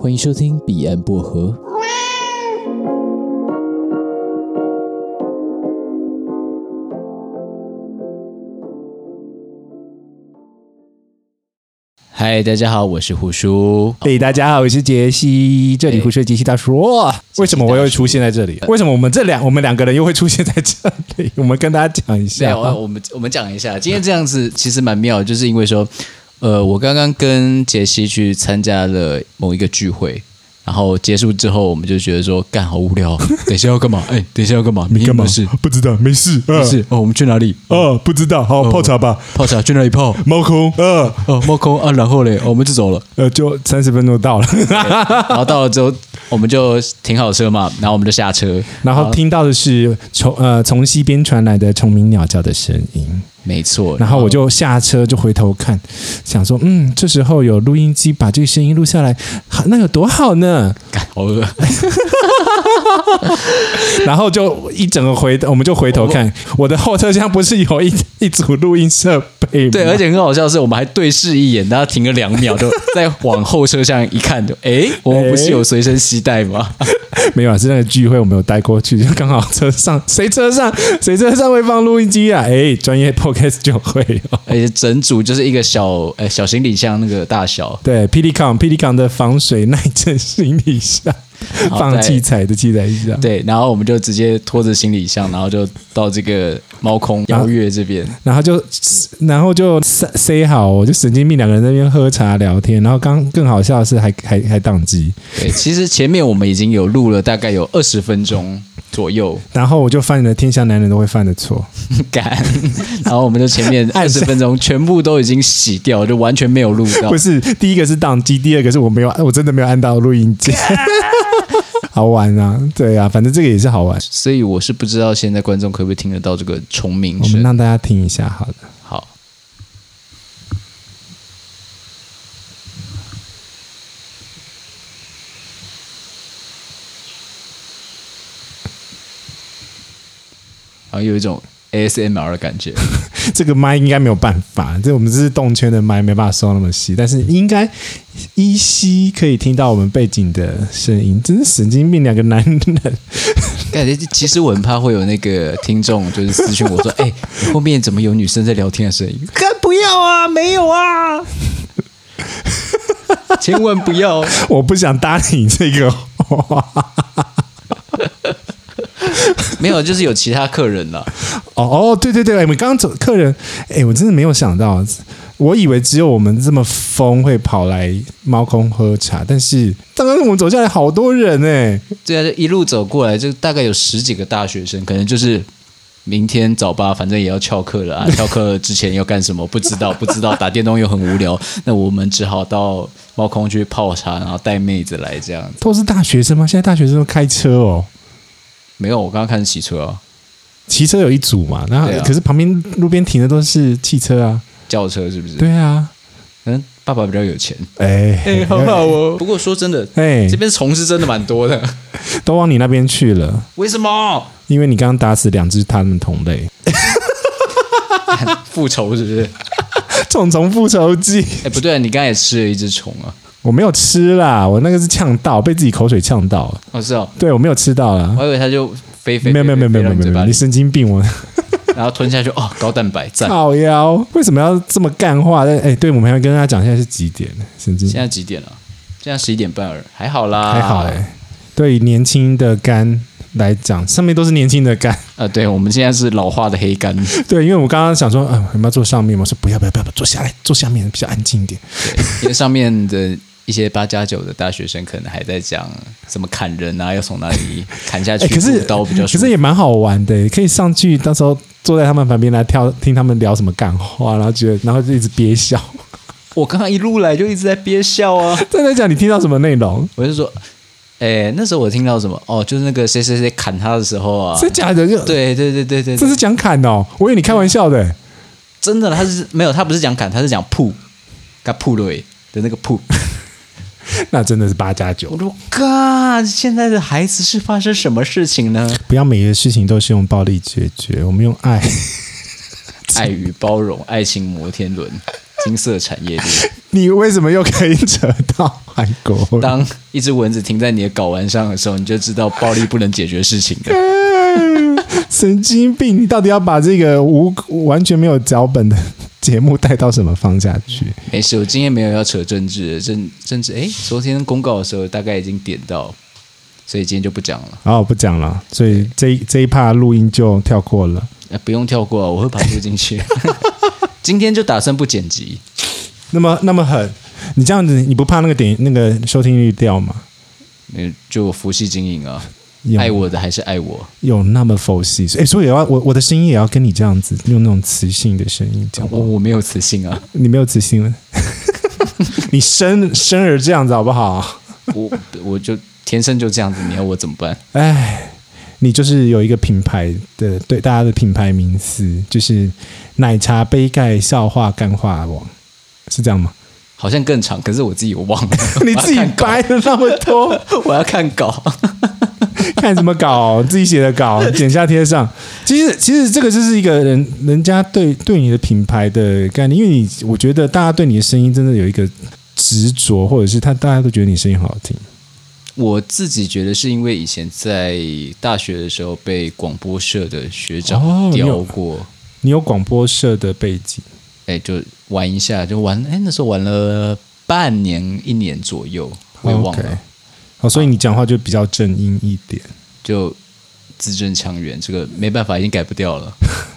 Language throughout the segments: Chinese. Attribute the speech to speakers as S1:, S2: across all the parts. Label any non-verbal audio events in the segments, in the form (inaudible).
S1: 欢迎收听《彼岸薄荷》。嗨，大家好，我是胡叔。
S2: 嘿、大家好，我是杰西，这里胡说杰西大叔。
S1: 哎
S2: 为什么我又会出现在这里？为什么我们这两我们两个人又会出现在这里？我们跟大家讲一
S1: 对，
S2: 下。
S1: 我我们我们讲一下，今天这样子其实蛮妙的，就是因为说，呃，我刚刚跟杰西去参加了某一个聚会。然后结束之后，我们就觉得说，干好无 (laughs) 聊哦，等一下要干嘛？哎，等一下要干嘛？明天
S2: 干嘛
S1: 有 (laughs) 事？？
S2: 不知道，没事。
S1: 不
S2: 呃
S1: 是哦，我们去哪里？哦，
S2: 呃，不知道。好，泡茶吧。
S1: 泡茶去哪里泡？
S2: 猫空，呃
S1: 哦，猫空啊，然后嘞，哦我们就
S2: (laughs)
S1: 走了。
S2: 呃，就三十分钟到了，
S1: 然后到了之后，我们就停好车嘛，然后我们就下车。
S2: (laughs) 然后听到的是从呃从西边传来的虫鸣鸟叫的声音，
S1: 没错，
S2: 然后我就下车就回头看，想说嗯，这时候有录音机把这个声音录下来，好那有多好呢？
S1: 干好 (laughs) 饿， (laughs)
S2: 然后就一整个回，我们就回头看，我的后车厢不是有一一组录音设备吗？
S1: 对，而且很好笑的是，我们还对视一眼，然后停了两秒，就 (laughs) 再往后车厢一看，就哎，我们不是有随身携带吗？ (laughs)
S2: (laughs) 没有啊，是那个聚会我没有带过去，就刚好车上 (laughs) 谁车上谁车上会放录音机啊？哎，专业 podcast 就会
S1: (laughs)
S2: 有。
S1: 而且整组就是一个小哎小行李箱那个大小，
S2: 对，Pelicon Pelicon 的防水耐震行李箱，
S1: 好
S2: 放
S1: 在
S2: 器材的器材箱。
S1: 对，然后我们就直接拖着行李箱，然后就到这个猫
S2: 啊
S1: 空邀月这边。
S2: 然后就，然后就 say say 好，我就神经病，两个人在那边喝茶聊天。然后刚更好笑的是还，还还还宕机。
S1: 对，其实前面我们已经有录了大概有二十分钟左右，
S2: 然后我就犯了天下男人都会犯的错，
S1: (laughs) 干，然后我们就前
S2: (laughs)
S1: 面二
S2: 按
S1: 十
S2: 下
S1: 分钟全部都已经洗掉，就完全没有录到
S2: 不。是，第一个是宕机，第二个是我没有，我真的没有按到录音键。 (laughs) 好玩啊，对啊，反正这个也是好玩，
S1: 所以我是不知道现在观众可不可以听得到这个虫鸣
S2: 我们
S1: 声。
S2: 让大家听一下好了。
S1: 好，然后有一种 ASMR 的感觉。
S2: 这个麦应该没有办法，这我们这是动圈的麦，没办法收那么细，但是应该依稀可以听到我们背景的声音。真是神经病，两个男人。 (laughs)
S1: 感觉其实我很怕会有那个听众就是私讯我说，哎、你后面怎么有女生在聊天的声音？干不要啊，没有 (laughs) 啊，千万不 (laughs) 要。
S2: 我不想搭理你这个话。
S1: 没有，就是有其他客人啦。
S2: 哦哦，对对对，哎我们刚刚走客人，哎，我真的没有想到，我以为只有我们这么疯会跑来猫空喝茶，但是刚刚我们走下来好多人哎，
S1: 对啊，就一路走过来，就大概有十几个大学生，可能就是明天早八，反正也要翘课了啊。 (laughs) 翘课之前要干什么？不知道，不知道。打电动又很无聊，那我们只好到猫空去泡茶，然后带妹子来这样。
S2: 都是大学生吗？现在大学生都开车哦，
S1: 没有，我刚刚看是骑车啊，
S2: 骑车有一组嘛，然后、
S1: 对啊
S2: 可是旁边路边停的都是汽车啊，
S1: 轿车是不是？
S2: 对啊，
S1: 嗯，爸爸比较有钱。
S2: 哎
S1: 哦。不过说真的，
S2: 哎
S1: 这，边虫是真的蛮多的。
S2: 都往你那边去了，
S1: 为什么？
S2: 因为你刚刚打死两只他们同类，
S1: 复仇是不是？
S2: 重重复仇记。 (laughs)
S1: 哎，不对啊，你刚才也吃了一只虫啊。
S2: 我没有吃啦，我那个是呛到，被自己口水呛到了。
S1: 哦，是哦，
S2: 对，我没有吃到啦。
S1: 我以为它就飞飞，
S2: 没有没有没有没
S1: 飞到
S2: 有没有
S1: 你
S2: 没
S1: 嘴巴
S2: 有，
S1: 里
S2: 你神经
S1: (laughs)
S2: 病！我
S1: 然后吞下去，哦，高蛋白赞。
S2: 靠腰，为什么要这么干话？但哎，对，我们还要跟大家讲现在是几点？神经
S1: 现在几点了？现在十一点半了，还好啦，
S2: 还好哎、对于年轻的肝来讲，上面都是年轻的肝。 (laughs)
S1: 呃，对，我们现在是老化的黑干，
S2: 对，因为我刚刚想说，啊、我们要坐上面嘛，我说不要不要不要，坐下来，坐下面比较安静一点。
S1: 因为上面的一些八加九的大学生可能还在讲怎么砍人啊，要从哪里砍下去，
S2: 哎，可是
S1: 入刀比较
S2: 可
S1: 舒
S2: 是
S1: 服。
S2: 也蛮好玩的，哎可以上去，到时候坐在他们旁边来跳，听他们聊什么干话，然后觉得，然后就一直憋笑。 (laughs)
S1: 我刚刚一路来就一直在憋笑啊，
S2: 正在讲你听到什么内容？
S1: 我就说，哎，那时候我听到什么？哦，就是那个谁谁谁砍他的时候啊，
S2: 真假的？就，
S1: 对对对对对，
S2: 这
S1: 对
S2: 是讲砍哦，我以为你开玩笑的。哎
S1: 真的，他是没有，他不是讲砍，他是讲扑，他扑对的那个扑。
S2: 那真的是八加九
S1: 我。说哥，现在的孩子是发生什么事情
S2: (laughs)
S1: 呢？
S2: 不要每个事情都是用暴力解决，我们用爱。 (laughs)
S1: 爱与包容，爱情摩天轮，金色产业链。
S2: 你为什么又可以扯到韩国？
S1: 当一只蚊子停在你的睾丸上的时候，你就知道暴力不能解决事情
S2: (laughs)
S1: 的。
S2: (laughs) 神经病！你到底要把这个无完全没有脚本的节目带到什么方向去？
S1: 没事，我今天没有要扯政治的，政政治哎，昨天公告的时候大概已经点到，所以今天就不讲了，
S2: 哦，不讲了，所以这一这一趴录音就跳过了。
S1: 呃、不用跳过啊，我会把它录进去。 (laughs) 今天就打算不剪辑，
S2: 那么那么狠，你这样子你不怕那个点那个收听率掉吗？
S1: 嗯，就佛系经营啊，
S2: 有
S1: 爱我的还是爱我，
S2: 有那么佛系？哎，所以也要我我的声音也要跟你这样子，用那种磁性的声音讲话。
S1: 我我没有磁性啊，
S2: 你没有磁性了，你生生而这样子好不好？
S1: 我我就天生就这样子，你要我怎么办？
S2: 哎，你就是有一个品牌的对大家的品牌名词，就是奶茶杯盖笑话干话王，是这样吗？，
S1: 好像更长，可是我自己忘了
S2: (laughs) 你自己掰了那么多， (laughs)
S1: 我要看稿， (laughs)
S2: 看什么稿？自己写的稿，剪下贴上。其实，其实这个就是一个人人家对对你的品牌的概念，因为你我觉得大家对你的声音真的有一个执着，或者是他大家都觉得你声音很好听。
S1: 我自己觉得是因为以前在大学的时候被广播社的学
S2: 哦
S1: 长
S2: 你有
S1: 雕过，
S2: 你有广播社的背景，
S1: 哎、就玩一下，就玩，哎、那时候玩了半年、一年左右，我也忘了
S2: OK 哦，所以你讲话就比较正音一点。
S1: 就字正腔圆，这个没办法，已经改不掉了。 (laughs)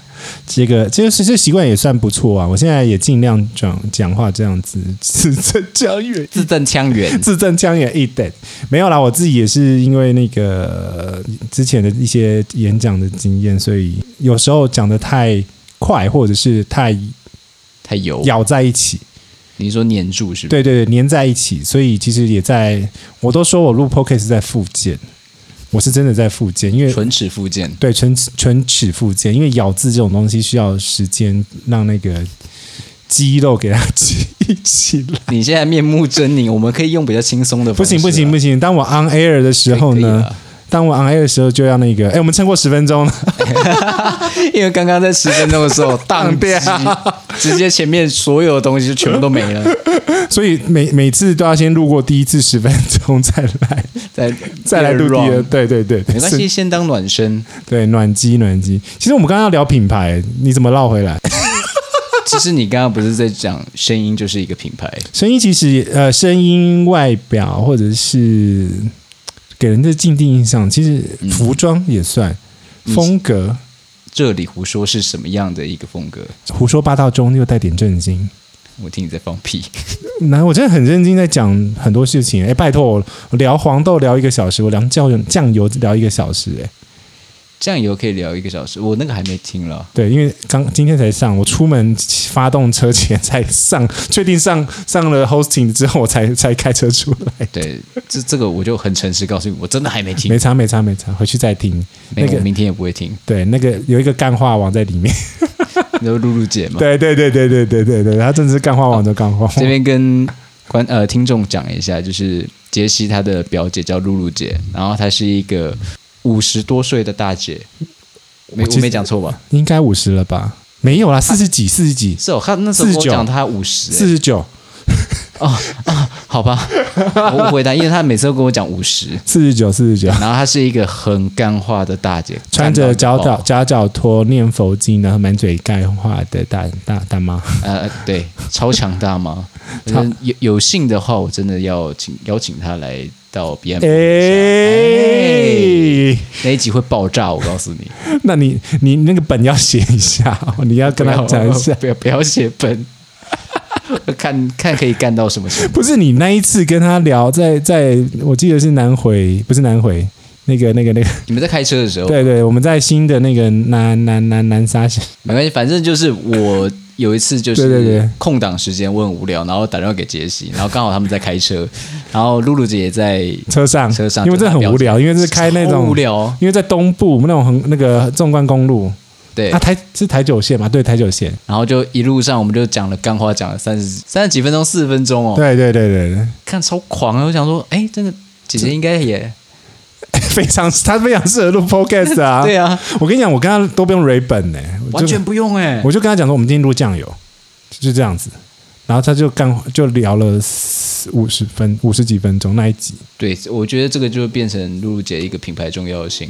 S2: 这个这个是这习惯也算不错啊，我现在也尽量讲讲话这样子，字正腔圆
S1: 字正腔圆，
S2: 字正腔圆一点。没有啦，我自己也是因为那个呃之前的一些演讲的经验，所以有时候讲的太快，或者是太
S1: 太油，
S2: 咬在一起，
S1: 你说黏住是不是？
S2: 对对对，粘在一起。所以其实也在，我都说我录 podcast 在复健，我是真的在复健，因为
S1: 唇齿附件，
S2: 对唇齿唇齿附件，因为咬字这种东西需要时间让那个肌肉给它 (laughs) 记起来。
S1: 你现在面目狰狞，我们可以用比较轻松的
S2: 不
S1: 方式啊、
S2: 行不行不行！当我 on air 的时候
S1: 可以
S2: 呢，
S1: 啦
S2: 当我 on air 的时候就要那个，哎，我们撑过十分钟了， (laughs)
S1: (laughs) 因为刚刚在十分钟的时候
S2: (laughs)
S1: 宕机，
S2: 啊
S1: 直接前面所有的东西就全部都没
S2: (laughs)
S1: 了，
S2: 所以每每次都要先路过第一次十分钟再来，
S1: 再
S2: 再来录第二，
S1: run
S2: 对对对，
S1: 没关系，先当暖身。
S2: 是，对暖机暖机。其实我们刚刚要聊品牌，你怎么绕回来？
S1: 其实你刚刚不是在讲声音就是一个品牌，
S2: 声音其实也呃，声音外表或者是给人的静定印象，其实服装也算、风格。
S1: 这里胡说是什么样的一个风格？
S2: 胡说八道中又带点震惊，
S1: 我听你在放屁，
S2: 那我真的很认真在讲很多事情。哎，拜托我聊黄豆聊一个小时，我聊酱油酱油聊一个小时，哎，
S1: 酱油可以聊一个小时，我那个还没听了。
S2: 对，因为刚今天才上，我出门发动车前才上， (laughs) 确定上上了 hosting 之后，我才才开车出来。
S1: 对，这这个我就很诚实告诉你，我真的还没听
S2: 没，差没差没差，回去再听。
S1: 没
S2: 那
S1: 有，
S2: 个
S1: 我明天也不会
S2: (laughs)
S1: 听。
S2: 对，那个有一个干话王在里面。
S1: 你说露露姐嘛，
S2: (laughs) 对对对对对对对对，他真的是干话王的干话
S1: 这
S2: 王。
S1: 边跟观呃听众讲一下，就是杰西她的表姐叫露露姐，然后她是一个五十多岁的大姐，没
S2: 我其
S1: 我
S2: 实
S1: 没讲错吧？
S2: 应该五十了吧？没有啦，四十几，四十几，
S1: 是哦，她那时候跟我
S2: 49
S1: 讲她五啊十、欸哦
S2: 四十九，
S1: 好吧，我误会她，因为她每次都跟我讲五十。
S2: 四十九，四十九。
S1: 然后她是一个很干话的大姐，
S2: 穿着
S1: 干到
S2: 脚
S1: 你
S2: 脚
S1: 爆
S2: 夹脚拖念佛经，然后满嘴干话的大大
S1: (laughs)
S2: 大妈，
S1: 呃，对，超强大妈。
S2: 超
S1: 嗯有有幸的话，我真的要请邀请她来到 B M
S2: 哎、
S1: 那一集会爆炸，我告诉你。
S2: 那你你那个本要写一下， (laughs) 你要跟他讲一下。
S1: 不要不要写本， (laughs) 看看可以干到什么程度。
S2: 不是你那一次跟他聊，在在我记得是南回，不是南回，那个那个那个，
S1: 你们在开车的时候，
S2: 对对，我们在新的那个南南南南沙县，
S1: 没关系，反正就是我有一次就
S2: 对对
S1: 是
S2: 对
S1: 空档时间，我很无聊，然后打电话给杰西，然后刚好他们在开车，然后露露姐也在
S2: 车上，
S1: 车上
S2: 因为这很无聊，因为是开那
S1: 超
S2: 种
S1: 无，聊，
S2: 因为在东部那种横那个纵贯公路
S1: 对
S2: 啊，，台是台九线嘛，对，台九线，
S1: 然后就一路上我们就讲了干话，讲了三十三十几分钟，四十分钟哦，
S2: 对对对对 (laughs) 对，
S1: 看超狂啊！我想说，哎，真的姐姐应该也
S2: 非常他非常适合录 podcast 啊，
S1: (laughs) 对啊，
S2: 我跟你讲，我跟他都不用蕊本呢、我
S1: 完
S2: 就
S1: 全不用哎
S2: 我，就跟他讲说，我们今天录酱油，就就这样子，然后他就干就聊了五十分五十几分钟那一集，
S1: 对，我觉得这个就变成露露姐一个品牌重要性。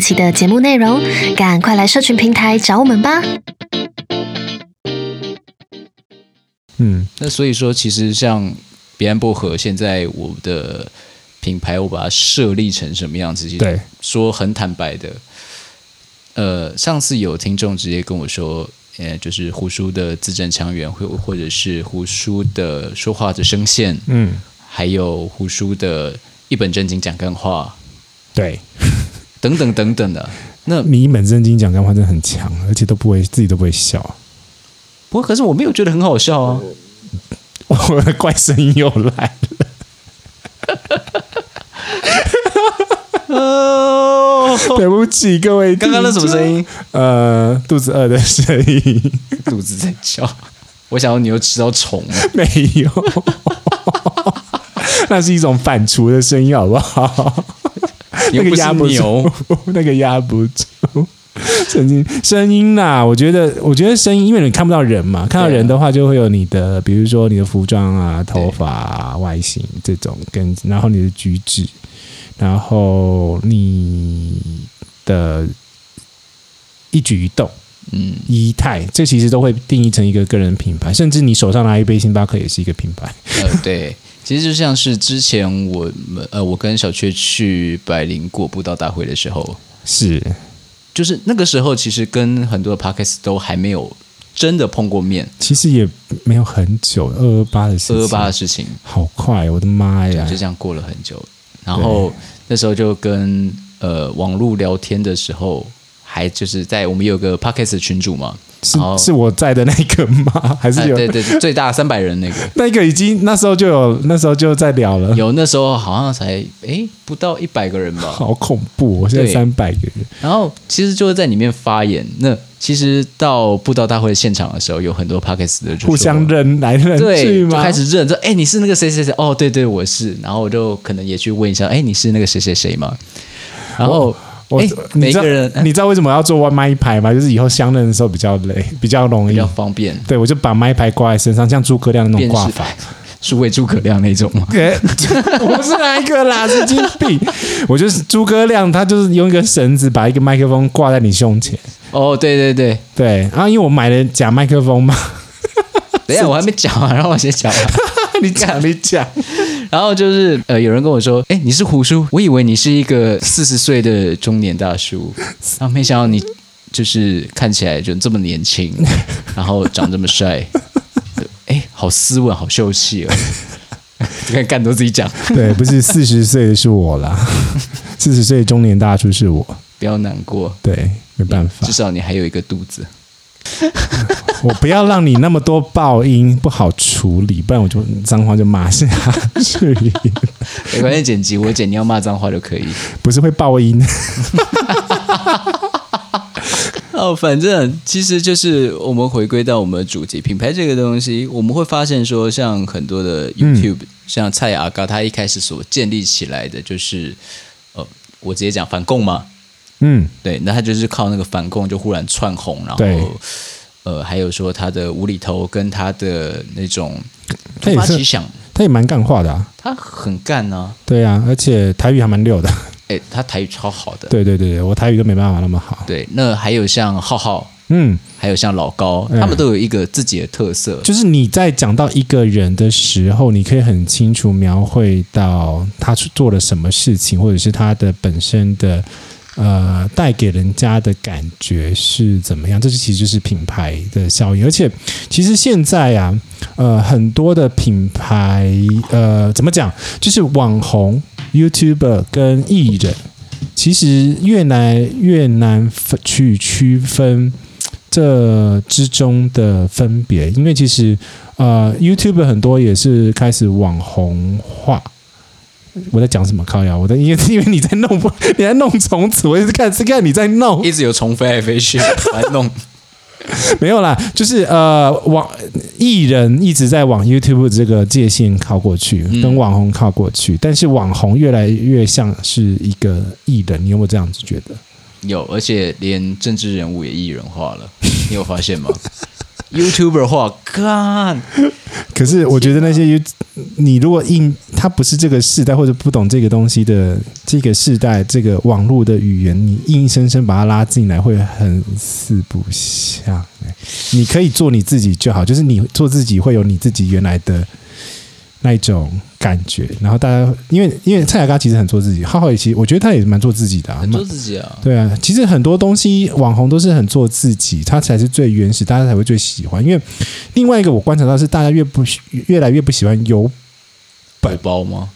S3: 期的节目内容。赶快来社群平台找我们吧！
S2: 嗯，
S1: 那所以说，其实像彼岸薄荷，现在我的品牌，我把它设立成什么样子？其实
S2: 对，
S1: 说很坦白的，呃，上次有听众直接跟我说，呃，就是胡叔的字正腔圆，或或者是胡叔的说话的声线，
S2: 嗯，
S1: 还有胡叔的一本正经讲干话，
S2: 对，
S1: 等等等等的。那
S2: 你一本正经讲干话真的很强，而且都不会自己都不会笑， (laughs)
S1: 不过，可是我没有觉得很好笑啊。
S2: 我的怪声音又来了，
S1: 哦，
S2: 对不起各位，
S1: 刚刚那什么声？音？
S2: 呃，肚子饿的声音
S1: (laughs) 肚子在叫。我想要你又吃到虫
S2: (laughs)
S1: 了。
S2: 没有，那是一种反刍的声音，好不好？
S1: 你又
S2: 那个
S1: 不是
S2: 压不
S1: 牛，
S2: 住， (laughs) 那个压不住。声音声音呐、我觉得，我觉得声音，因为你看不到人
S1: 啊
S2: 嘛，看到人的话，就会有你的，比如说你的服装啊、头发、啊、外形这种，跟然后你的举止，然后你的一举一动、
S1: 嗯，
S2: 仪态，这其实都会定义成一个个人品牌，甚至你手上拿一杯星巴克也是一个品
S1: (laughs)
S2: 牌。
S1: 呃，对，其实就像是之前我们呃，我跟小雀去百灵果步道大会的时候，
S2: 是，
S1: 就是那个时候，其实跟很多的 p o d c a s t 都还没有真的碰过面，
S2: 其实也没有很久，二二八的事
S1: 二
S2: 情，
S1: 二八的事情
S2: 好快，我的妈呀！
S1: 就这样过了很久。然后那时候就跟呃网络聊天的时候，还就是在我们有个 p o d c a s t 群组嘛，
S2: 是
S1: 然后
S2: 是我在的那个吗？ (laughs) 还
S1: 呃
S2: 是有、
S1: 哦对对，最大三百人那个。
S2: 那个已经那时候就有，那时候就在聊 (laughs) 了，
S1: 有那时候好像才诶不到一百个人吧， (laughs)
S2: 好恐怖！我现在
S1: 对
S2: 三百个人，
S1: 然后其实就是在里面发言。那其实到布道大会现场的时候，有很多 p o c k e t 的就
S2: 互相
S1: 认
S2: 扔来扔去
S1: 对，就
S2: 吗？
S1: 开始认说，哎，你是那个谁谁谁？哦，对对，我是。然后我就可能也去问一下，哎，你是那个谁谁谁吗？
S2: (laughs)
S1: 然后
S2: 我
S1: 哎，
S2: 你
S1: 每
S2: 知道
S1: 个人呃
S2: 你知道为什么要做麦牌吗？就是以后相认的时候比较累，比较容
S1: 嗯比
S2: 易
S1: 较。方便，
S2: 对，我就把麦牌挂在身上，像诸葛亮那种
S1: 辨
S2: 挂
S1: 识 (laughs)
S2: 法。
S1: 数位诸葛亮那种嘛。
S2: 哎 (laughs) 我不是哪一个啦，神经
S1: (laughs)
S2: 病！我就是诸葛亮，他就是用一个绳子把一个麦克风挂在你胸前。
S1: 哦，对对对，
S2: 对，然、后因为我买了假麦克风嘛，
S1: 等一下我还没讲完，让我先讲完。
S2: (laughs) 你讲你讲，
S1: 然后就是呃，有人跟我说，哎，你是胡叔，我以为你是一个四十岁的中年大
S2: (laughs)
S1: 叔，然后没想到你就是看起来就这么年
S2: (laughs)
S1: 轻，然后长这么帅，哎，好斯文，好秀气
S2: (laughs)
S1: 哦。这个干都自己讲，
S2: 对，不是四十岁的是我啦，四十岁中年大叔是我。
S1: 不要难过，
S2: 对，没办法
S1: 至，少你还有一个肚子。
S2: 我不要让你那么多爆音不好处理，不然我就脏话就骂下去，
S1: 没关系，剪辑我剪，你要骂脏话就可以。
S2: 不是会爆音。
S1: 哦，反正其实就是我们回归到我们的主题，品牌这个东西，我们会发现说，像很多的
S2: 嗯
S1: YouTube，、像蔡雅嘎，他一开始所建立起来的就是，呃，我直接讲反共嘛，
S2: 嗯，
S1: 对，那他就是靠那个反共就忽然窜红，然
S2: 对
S1: 后呃，还有说他的无厘头跟他的那种
S2: 他
S1: 突
S2: 也
S1: 发
S2: 是
S1: 奇想，
S2: 他也蛮干话的、啊，
S1: 他很干呢、
S2: 对啊，而且台语还蛮溜的。
S1: 诶，他台语超好的，
S2: 对对对对，我台语都没办法那么好。
S1: 对，那还有像浩浩。
S2: 嗯，
S1: 还有像老高，
S2: 嗯
S1: 他们都有一个自己的特色，
S2: 就是你在讲到一个人的时候，你可以很清楚描绘到他做了什么事情，或者是他的本身的呃带给人家的感觉是怎么样。这其实就是品牌的效应。而且，其实现在啊，呃，很多的品牌呃怎么讲，就是网红、YouTuber 跟艺人，其实越来越难分去区分。这之中的分别？因为其实呃，YouTube 很多也是开始网红化。我在讲什么？靠呀！我在因为 (laughs) 因为你在弄你在弄虫子，我一直看是看你在
S1: (laughs)
S2: 弄，
S1: 一直有虫飞来飞 (laughs) 去，烦弄。
S2: 没有啦，就是呃，网艺人一直在往 YouTube 这个界限靠过去，
S1: 嗯
S2: 跟网红靠过去，但是网红越来越像是一个艺人，你有没有这样子觉得？
S1: 有，而且连政治人物也艺人化 (laughs) 了，你有发现吗？YouTuber 化，干，
S2: 可是我觉得那些 You，你如果硬他不是这个世代或者不懂这个东西的这个世代，这个网络的语言，你硬生生把他拉进来，会很四不像、欸。你可以做你自己就好，就是你做自己会有你自己原来的那一种感觉。然后大家因为因为蔡雅刚其实很做自己，浩浩也其实我觉得他也蛮做自己的、啊，
S1: 很做自己啊。
S2: 对啊，其实很多东西网红都是很做自己，他才是最原始，大家才会最喜欢。因为另外一个我观察到是，大家越不喜越来越不喜欢有
S1: 宝包吗？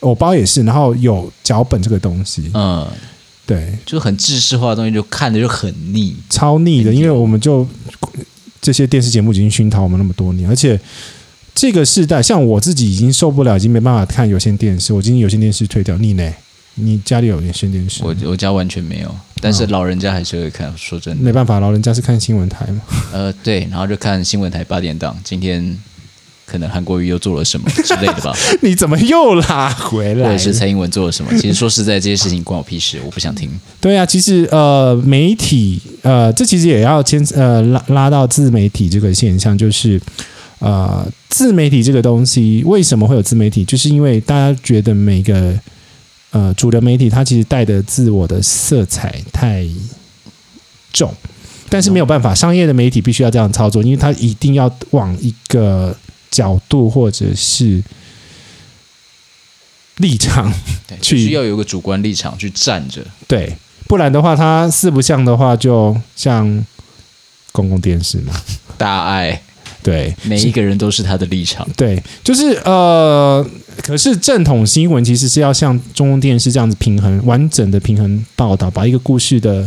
S2: 偶包也是，然后有脚本这个东西，
S1: 嗯，
S2: 对，
S1: 就很制式化的东西，就看着就很腻。
S2: 超腻的。因为我们就这些电视节目已经熏陶我们那么多年，而且这个世代，像我自己已经受不了，已经没办法看有线电视，我今天有线电视退掉。你呢？你家里有有线电视？
S1: 我我家完全没有，但是老人家还是会看。说真的，
S2: 没办法，老人家是看新闻台嘛。 (laughs)
S1: 呃，对，然后就看新闻台八点档，今天可能韩国瑜又做了什 (laughs) 么之类的吧，
S2: 你怎么又拉回
S1: 或
S2: 来
S1: 者
S2: 了？
S1: 是蔡英文做了 (laughs) 什么。其实说实在，这些事情关我屁事，我不想听。
S2: 对啊，其实呃，媒体呃，这其实也要牵呃拉拉到自媒体这个现象，就是呃，自媒体这个东西为什么会有自媒体？就是因为大家觉得每个呃主流媒体它其实带的自我的色彩太重，但是没有办法，商业的媒体必须要这样操作，因为它一定要往一个角度或者是立场
S1: 对，
S2: 去
S1: 就是要有一个主观立场去站着。
S2: 对，不然的话，它四不像的话，就像公共电视嘛。
S1: 大爱，
S2: 对，
S1: 每一个人都是他的立场。
S2: 对，就是呃，可是正统新闻其实是要像中央电视这样子平衡完整的平衡报道，把一个故事的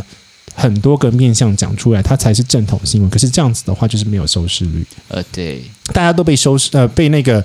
S2: 很多个面向讲出来，它才是正统新闻。可是这样子的话，就是没有收视率。
S1: (laughs) 呃，对，
S2: 大家都被收视呃被那个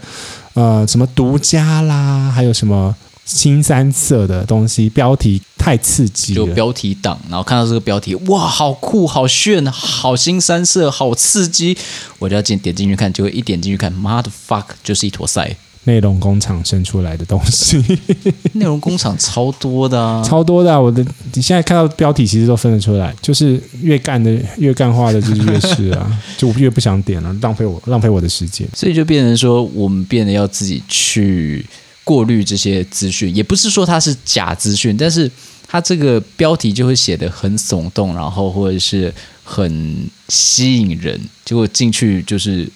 S2: 呃什么独家啦，还有什么新三色的东西标题太刺激
S1: 就
S2: 了，
S1: 标题党，然后看到这个标题，哇，好酷，好炫，好新三色，好刺激，我就要进点进去看，结果一点进去看，妈的 fuck，就是一坨塞。
S2: 内容工厂生出来的东西，
S1: (laughs) 内容工厂超多的啊，
S2: 超多的啊、我的你现在看到标题，其实都分得出来，就是越干的越干化的，就是越是啊，就越不想点了，浪费我浪费我的时间。
S1: 所以就变成说，我们变得要自己去过滤这些资讯，也不是说它是假资讯，但是它这个标题就会写得很耸动，然后或者是很吸引人，结果进去就是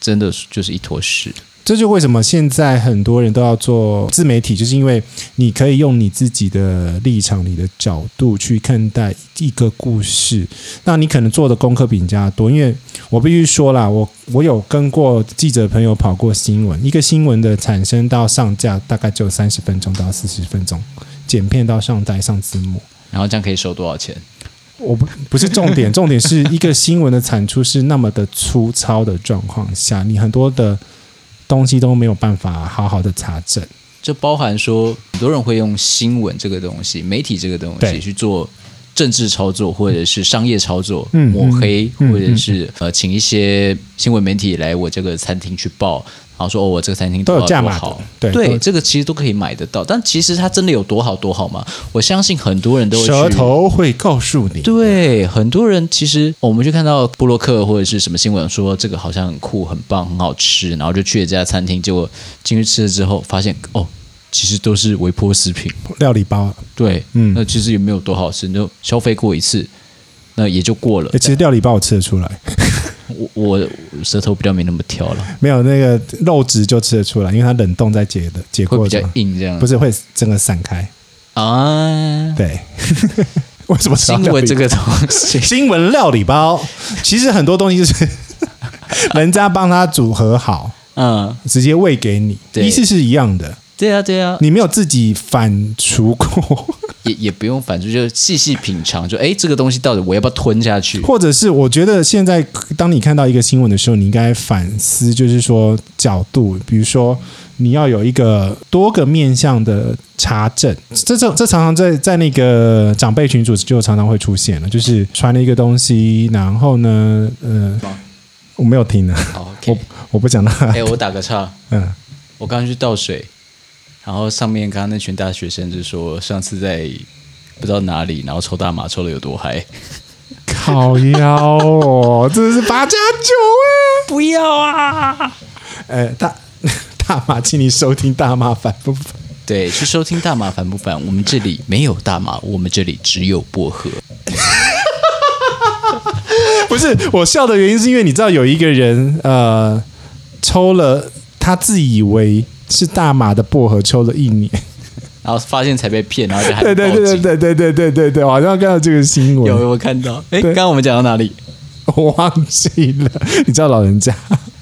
S1: 真的就是一坨屎。
S2: 这就为什么现在很多人都要做自媒体，就是因为你可以用你自己的立场、你的角度去看待一个故事。那你可能做的功课比人家多，因为我必须说啦，我我有跟过记者朋友跑过新闻，一个新闻的产生到上架大概只有三十分钟到四十分钟，剪片到上台上字幕。
S1: 然后这样可以收多少钱？
S2: 我不 (laughs) 不是重点，重点是一个新闻的产出是那么的粗糙的状况下，你很多的东西都没有办法好好的查证。
S1: 就包含说，很多人会用新闻这个东西、媒体这个东
S2: 对
S1: 西去做政治操作，或者是商业操作，
S2: 嗯
S1: 抹黑，
S2: 嗯嗯
S1: 或者是呃，请一些新闻媒体来我这个餐厅去报，然后说哦，我这个餐厅
S2: 都有
S1: 多
S2: 价
S1: 好
S2: 码
S1: 多
S2: 的
S1: 好，
S2: 对都有
S1: 这个其实都可以买得到。但其实它真的有多好多好吗？我相信很多人都会去
S2: 舌头会告诉你，
S1: 对，很多人其实我们就看到布洛克或者是什么新闻说这个好像很酷、很棒、很好吃，然后就去了这家餐厅，结果进去吃了之后发现哦，其实都是微波食品。
S2: 料理包，
S1: 对，
S2: 嗯
S1: 那其实也没有多好吃，你就消费过一次，那也就过了
S2: 诶。呃其实料理包我吃得出来， (laughs)
S1: 我我我舌头比较没那么挑了，
S2: 没有那个肉质就吃得出来，因为它冷冻在解的解
S1: 会
S2: 过
S1: 比较
S2: 程，
S1: 硬这样。
S2: 不是会整个散开。
S1: 啊，
S2: 对， (laughs) 为什么知道
S1: 新
S2: 料
S1: 闻
S2: 理
S1: 这个东
S2: (laughs)
S1: 西
S2: 新闻料理包？其实很多东西就是 (laughs) 人家帮他组合好，
S1: 嗯，
S2: 直接喂给你，
S1: 对
S2: 意思是一样的。
S1: 对啊，对啊， (laughs)
S2: 你没有自己反刍过，
S1: 也也不用反复，就细细品尝，就哎这个东西到底我要不要吞下去？
S2: 或者是我觉得现在当你看到一个新闻的时候，你应该反思，就是说角度，比如说你要有一个多个面向的查证，这这这常常在在那个长辈群组就常常会出现了，就是传了一个东西，然后呢，呃，我没有听啊，
S1: 好，OK
S2: 我。我不讲了，
S1: 哎，我打个岔，
S2: 嗯，
S1: 我刚刚去倒水，然后上面刚刚那群大学生就说上次在不知道哪里，然后抽大麻抽的有多
S2: (laughs)
S1: 嗨。
S2: 靠腰哦，真的是八加九哎，不要啊，呃，大大马，请你收听大马反不反？
S1: 对，去收听大麻烦不烦？我们这里没有大麻，我们这里只有薄荷。
S2: 不是我笑的原因，是因为你知道有一个人呃抽了他自以为是大马的薄荷，抽了一年。
S1: 然后发现才被骗，然后就喊
S2: 对 (laughs) 对
S1: 报
S2: 对
S1: 警
S2: 对对对对对对，我好像看到这个新
S1: 有
S2: 闻，
S1: 有看到？哎，
S2: 对
S1: 刚刚我们讲到哪里？
S2: 我忘记了。你知道老人家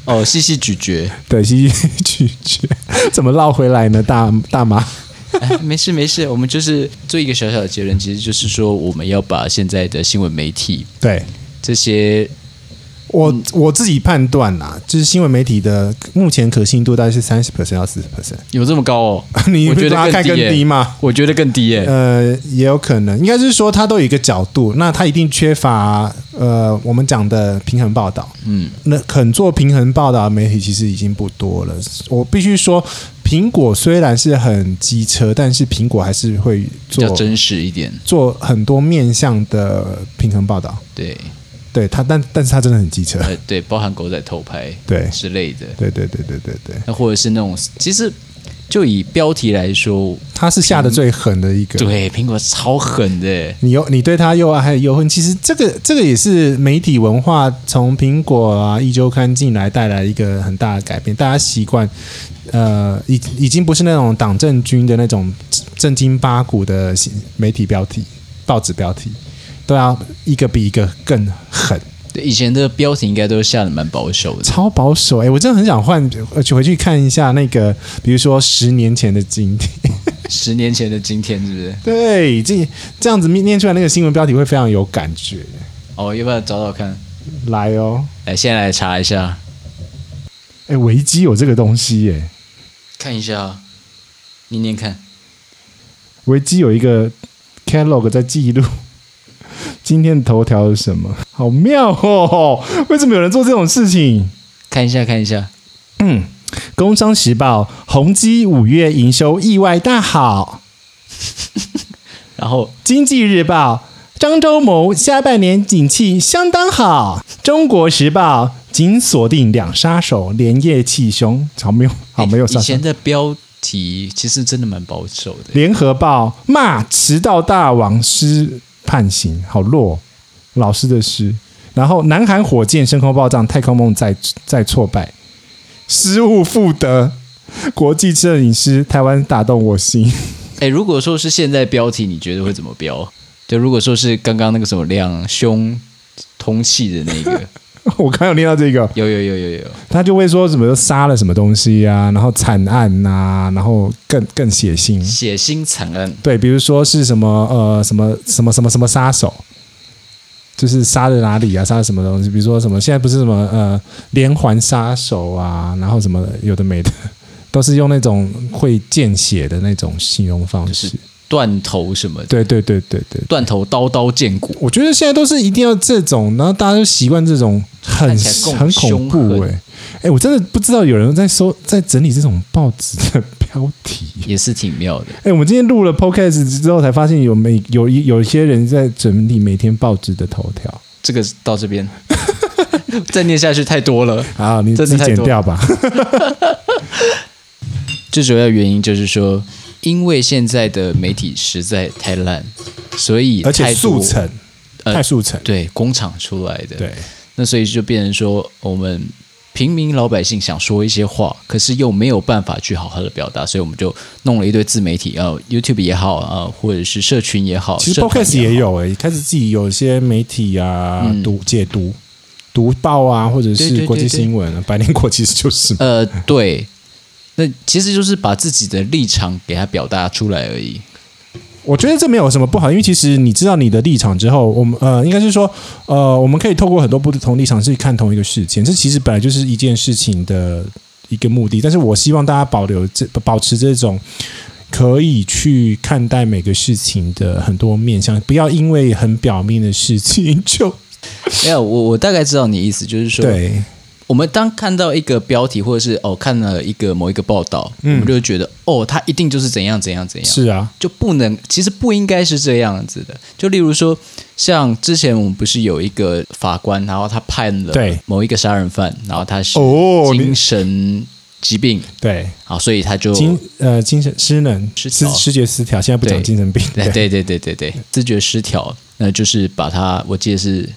S1: 哦，细细咀
S2: (laughs)
S1: 嚼。
S2: 对吸拒绝，怎么绕回来呢？大大马
S1: 哎，没事没事，我们就是做一个小小的结论，其实就是说我们要把现在的新闻媒体
S2: 对。
S1: 这些
S2: 我我自己判断啦，就是新闻媒体的目前可信度大概是三十 percent 到四十 percent。？
S1: 有这么高哦
S2: (laughs) 你
S1: 我觉
S2: 把它
S1: 得
S2: 看更
S1: 低耶
S2: 低嘛
S1: 我觉得更低耶、
S2: 呃，也有可能，应该是说它都有一个角度，那它一定缺乏呃我们讲的平衡报道。
S1: 嗯，
S2: 那肯做平衡报道的媒体其实已经不多了。我必须说，苹果虽然是很机车，但是苹果还是会
S1: 比较
S2: 做
S1: 真实一点。
S2: 做很多面向的平衡报道。 (laughs)
S1: 对，
S2: 对它，但但是它真的很机车。
S1: 呃，对，包含狗仔偷拍
S2: 对
S1: 之类的，
S2: 对对对对对对，
S1: 那或者是那种，其实就以标题来说，
S2: 它是下的最狠的一个。
S1: 对，苹果超狠的耶，
S2: 你又你对他又爱还有又恨，其实这个这个也是媒体文化从苹果啊一周刊进来带来一个很大的改变，大家习惯呃已已经不是那种党政军的那种正经八股的新媒体标题、报纸标题，都要一个比一个更狠，
S1: 对，以前的标题应该都下的蛮保守
S2: (laughs)
S1: 的。
S2: 超保守。哎、我真的很想换，呃去回去看一下那个，比如说十年前的今天。 (laughs)
S1: 十年前的今天是不是？
S2: 对，这这样子念念出来那个新闻标题会非常有感觉。
S1: 哦，要不要找找看？
S2: 来哦。
S1: 来，现在来查一下，
S2: 哎，维基有这个东西耶，
S1: 看一下，念念看。
S2: 维基有一个 catalog 在记录今天的头条是什么，好妙哦！为什么有人做这种事情？
S1: 看一下，看一下，
S2: 嗯，《工商时报》宏基五月营收意外大好，
S1: (laughs) 然后
S2: 《经济日报》张忠谋下半年景气相当好，《中国时报》仅锁定两杀手连夜气凶，好没有，好没有
S1: 以
S2: 杀手
S1: 前。的标题其实真的蛮保守的。
S2: 联合报骂迟到大王师判刑，好弱、哦，老师的师。然后南韩火箭升空报障，太空梦再再挫败，失误复得。国际摄影师，台湾打动我心。 (laughs)
S1: 哎，如果说是现在标题，你觉得会怎么标？就如果说是刚刚那个什么两胸通气的那个， (laughs)
S2: 我刚有念到这个，
S1: 有有有有有，
S2: 他就会说什么杀了什么东西啊，然后惨案呐、然后更更血腥。
S1: 血腥惨案，
S2: 对，比如说是什么呃什么什么什么什么杀手，就是杀的哪里啊，杀的什么东西？比如说什么现在不是什么呃连环杀手啊，然后什么有的没的， (laughs) 都是用那种会见血的那种形容方式。
S1: 断头什么的，
S2: 对对对对对，
S1: 断头刀刀见骨，
S2: 我觉得现在都是一定要这种，然后大家都习惯这种很
S1: 看起来更
S2: 很恐怖
S1: 凶
S2: 哎、
S1: 狠
S2: 欸、哎、我真的不知道有人在说在整理这种报纸的 (laughs) 标题。
S1: 也是挺妙的。
S2: 哎、我们今天录了 podcast 之后，才发现有每有一有一些人在整理每天报纸的头条
S1: 这个到这
S2: (laughs)
S1: 边，再念下去太多了。
S2: 啊，你自
S1: 真的
S2: 己
S1: 太
S2: 剪
S1: 多
S2: 掉吧。
S1: 最主要原因就是说，因为现在的媒体实在太烂，所以
S2: (laughs) 而且
S1: 太
S2: 速
S1: 多
S2: 成，
S1: 呃哦
S2: 太速成，
S1: 对工厂出来的，
S2: 对，
S1: 那所以就变成说，我们平民老百姓想说一些话，可是又没有办法去好好的表达，所以我们就弄了一堆自媒体，呃，YouTube 也好，呃，或者是社群也好，
S2: 其实
S1: 社团
S2: podcast
S1: 也
S2: 也
S1: 好。
S2: 有哎、开始自己有一些媒体啊
S1: 嗯
S2: 读解读读报啊，或者
S1: 对对
S2: 是
S1: 对
S2: 国际
S1: 对
S2: 新闻，啊百灵果其实就是嘛
S1: 呃，对，那其实就是把自己的立场给他表达出来而已。
S2: 我觉得这没有什么不好，因为其实你知道你的立场之后，我们呃，应该是说呃，我们可以透过很多不同立场去看同一个事件，这其实本来就是一件事情的一个目的。但是我希望大家保留这保持这种可以去看待每个事情的很多面向，不要因为很表面的事情就 (laughs)
S1: 没有，我我大概知道你意思，就是说，
S2: 对
S1: 我们当看到一个标题或者是哦看了一个某一个报道，我
S2: 嗯
S1: 们就会觉得哦，他一定就是怎样怎样怎样，
S2: 是啊，
S1: 就不能，其实不应该是这样子的。就例如说，像之前我们不是有一个法官，然后他判了
S2: 对
S1: 某一个杀人犯，然后他是
S2: 哦你
S1: 精神疾病，
S2: 对
S1: 啊，所以他就
S2: 精呃精神失能
S1: 失
S2: 失
S1: 调
S2: 失觉失调，现在不讲
S1: 对
S2: 精神病，
S1: 对对对对对对，自觉失调，那就是把他，我记得是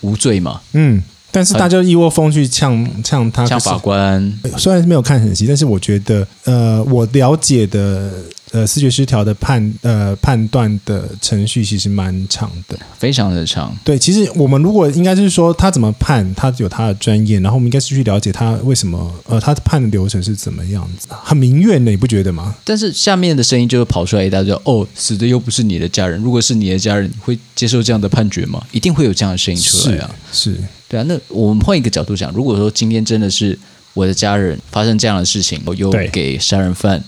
S1: 无罪嘛，
S2: 嗯，但是大家一窝蜂去呛呛他，
S1: 像
S2: 可是
S1: 法官，
S2: 虽然是没有看很细，但是我觉得，呃，我了解的，呃，视觉失调的判呃判断的程序其实蛮长的。
S1: 非常的长，
S2: 对，其实我们如果应该是说他怎么判，他有他的专业，然后我们应该是去了解他为什么，呃，他判的流程是怎么样子，很明确的，你不觉得吗？
S1: 但是下面的声音就会跑出来一大堆，哦，死的又不是你的家人，如果是你的家人，你会接受这样的判决吗？一定会有这样的声音出来
S2: 是
S1: 啊，
S2: 是，
S1: 对啊。那我们换一个角度讲，如果说今天真的是我的家人发生这样的事情，我又
S2: 对
S1: 给杀人犯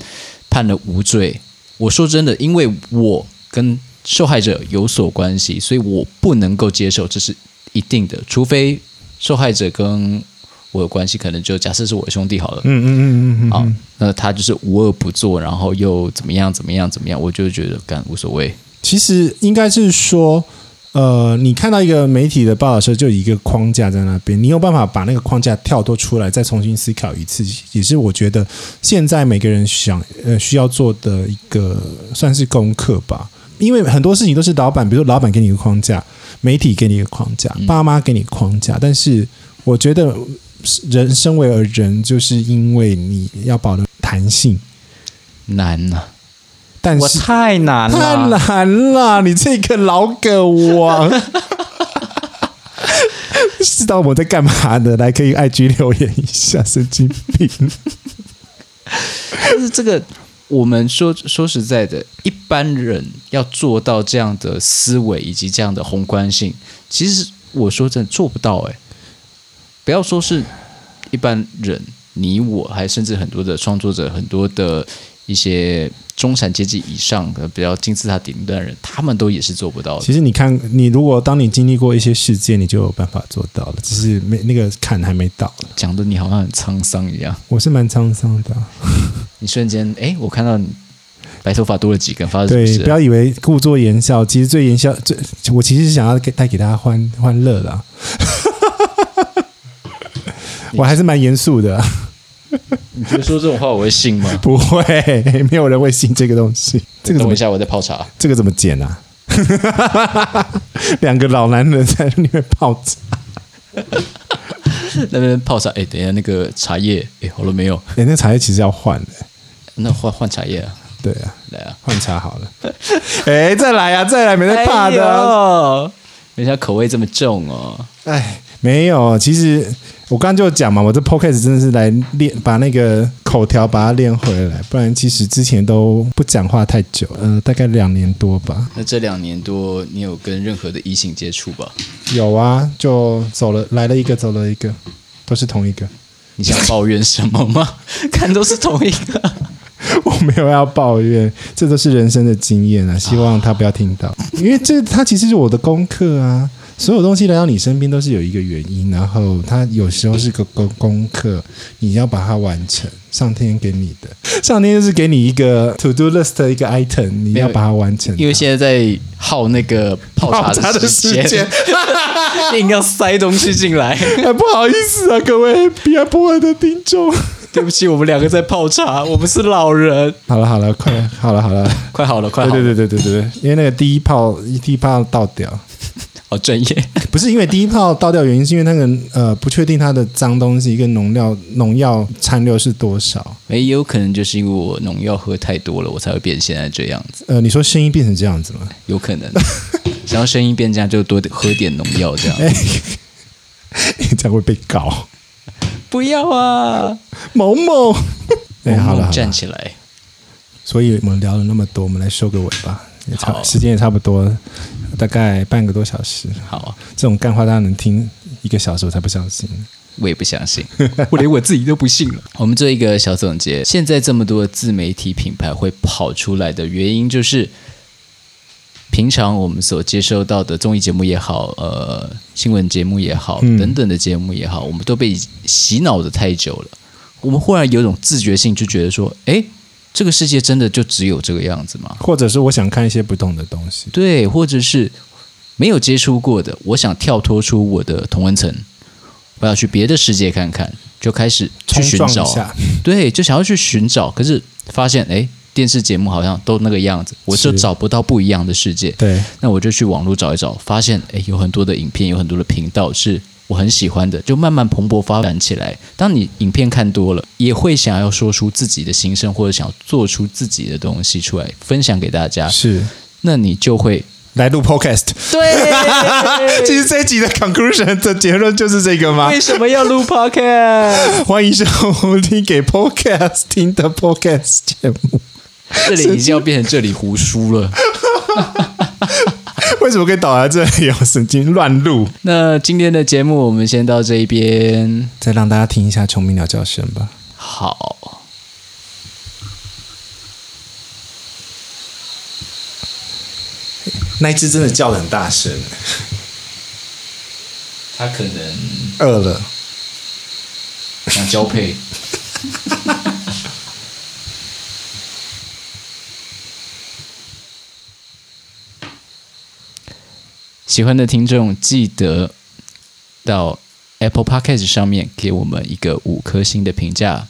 S1: 判了无罪，我说真的，因为我跟受害者有所关系，所以我不能够接受，这是一定的，除非受害者跟我有关系，可能就假设是我的兄弟好了，
S2: 嗯嗯嗯嗯嗯
S1: 啊、
S2: 嗯，
S1: 那他就是无恶不作，然后又怎么样怎么样怎么样，我就觉得干无所谓。
S2: 其实应该是说。呃，你看到一个媒体的报道的时候，就有一个框架在那边，你有办法把那个框架跳脱出来，再重新思考一次，也是我觉得现在每个人想呃需要做的一个算是功课吧。因为很多事情都是老板，比如说老板给你一个框架，媒体给你一个框架，
S1: 嗯
S2: 爸妈给你框架，但是我觉得人身为而人，就是因为你要保留弹性，
S1: 难呐、
S2: 但
S1: 我
S2: 是
S1: 太难了，
S2: 太难了，你这个老梗王。 (laughs) 知道我们在干嘛的，来可以 IG 留言一下，神经病。
S1: 但是这个，我们说说实在的，一般人要做到这样的思维以及这样的宏观性，其实我说真的做不到哎、不要说是一般人，你我，还甚至很多的创作者，很多的一些中产阶级以上的比较金字塔顶端的人，他们都也是做不到的
S2: 其。实你看，你如果当你经历过一些事件，你就有办法做到了，只是没那个坎还没到。
S1: 讲的你好像很沧桑一样。
S2: 我是蛮沧桑的啊，
S1: 你瞬间，哎，我看到你白头发多了几根，发生什么
S2: 对，
S1: 事
S2: 不
S1: 了？
S2: 要以为故作言笑，其实最言笑最，我其实是想要给带给大家欢欢乐 (laughs) 啦。我还是蛮严肃的啊、
S1: 你觉得说这种话我会信吗？
S2: 不会，没有人会信这个东西。这个怎
S1: 等我
S2: 么
S1: 一下，我在泡茶。
S2: 这个怎么剪啊？ (laughs) 两个老男人在那边泡茶，
S1: 那边泡茶，哎，等一下那个茶叶，哎，好了没有？
S2: 哎、那茶叶其实要换的、
S1: 那换换茶叶啊，
S2: 对啊，
S1: 来啊，
S2: 换茶好了。哎、再来啊，再来，没
S1: 哎
S2: 在怕的啊、
S1: 的。人家口味这么重哦，
S2: 哎，没有，其实我刚刚就讲嘛，我这 podcast 真的是来练，把那个口条把它练回来，不然其实之前都不讲话太久，呃，大概两年多吧。
S1: 那这两年多你有跟任何的异性接触吧？
S2: 有啊，就走了，来了一个，走了一个，都是同一个。
S1: 你想抱怨什么吗？ (laughs) 看都是同一
S2: (laughs)
S1: 个。
S2: 我没有要抱怨，这都是人生的经验啊，希望他不要听到，因为这他其实是我的功课啊。所有东西来到你身边都是有一个原因，然后它有时候是个功功课，你要把它完成。上天给你的，上天就是给你一个 to do list 的一个 item，你要把它完成它。
S1: 因为现在在耗那个泡
S2: 泡
S1: 茶
S2: 茶的
S1: 时
S2: 时间，
S1: (laughs) 硬要塞东西进
S2: (laughs)
S1: 来。
S2: 哎，不好意思啊，各位比尔波尔的听众。
S1: 对不起，我们两个在泡茶，我们是老人。
S2: 好了好了，快了好了好了，
S1: 快好了，快
S2: 对
S1: 好了，
S2: 对对对对对，因为那个第一炮一第一炮倒掉。
S1: 好专业。 (laughs)
S2: 不是因为第一炮倒掉原因，是因为那个呃不确定它的脏东西跟农药农药残留是多少。
S1: 也哎有可能就是因为我农药喝太多了，我才会变现在这样子，
S2: 呃，你说声音变成这样子吗？
S1: (laughs) 有可能。想要声音变这样，就多喝点农药这样。
S2: 哎这样会被告。
S1: 不要啊！
S2: 某某，哎、好了好
S1: 站
S2: 了，
S1: 起来。
S2: 所以我们聊了那么多，我们来收个尾吧。也差
S1: 好
S2: 时间也差不多了，大概半个多小时。
S1: 好，啊
S2: 这种干话大家能听一个小时，我才不相信。
S1: 我也不相信， (laughs) (laughs) 我连我自己都不信了。我们做一个小总结，现在这么多自媒体品牌会跑出来的原因，就是平常我们所接收到的综艺节目也好，呃，新闻节目也好，
S2: 嗯
S1: 等等的节目也好，我们都被洗脑的太久了。我们忽然有种自觉性，就觉得说，诶，这个世界真的就只有这个样子吗？
S2: 或者是我想看一些不同的东西，
S1: 对，或者是没有接触过的，我想跳脱出我的同温层，我要去别的世界看看，就开始去
S2: 冲
S1: 寻
S2: 撞一
S1: 找。
S2: 下。
S1: 对，就想要去寻找，可是发现哎，诶电视节目好像都那个样子，我就是找不到不一样的世界。
S2: 对，
S1: 那我就去网络找一找，发现诶有很多的影片，有很多的频道是我很喜欢的，就慢慢蓬勃发展起来。当你影片看多了，也会想要说出自己的心声，或者想做出自己的东西出来，分享给大家。
S2: 是
S1: 那你就会
S2: 来录 podcast。
S1: 对，
S2: 其实这一集的 conclusion 的结论就是这个
S1: (laughs)
S2: 吗
S1: 为？什么要录 podcast？
S2: 欢迎收听给 podcast 听的 podcast 节目。
S1: (laughs) 这里已经要变成这里胡说了。
S2: 为什么可以导到这里？我神经乱录。
S1: 那今天的节目我们先到这一边，
S2: 再让大家听一下虫鸣鸟叫声吧。
S1: 好，
S2: 那一只真的叫的很大声，
S1: 他可能
S2: 饿了。
S1: 想交配。 (laughs) 喜欢的听众记得到 Apple Podcast 上面给我们一个五颗星的评价。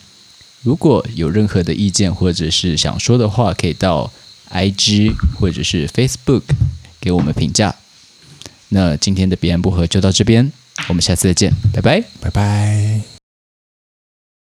S1: 如果有任何的意见或者是想说的话，可以到 IG 或者是 Facebook 给我们评价。那今天的彼岸薄荷就到这边，我们下次再见，拜拜。
S2: 拜拜。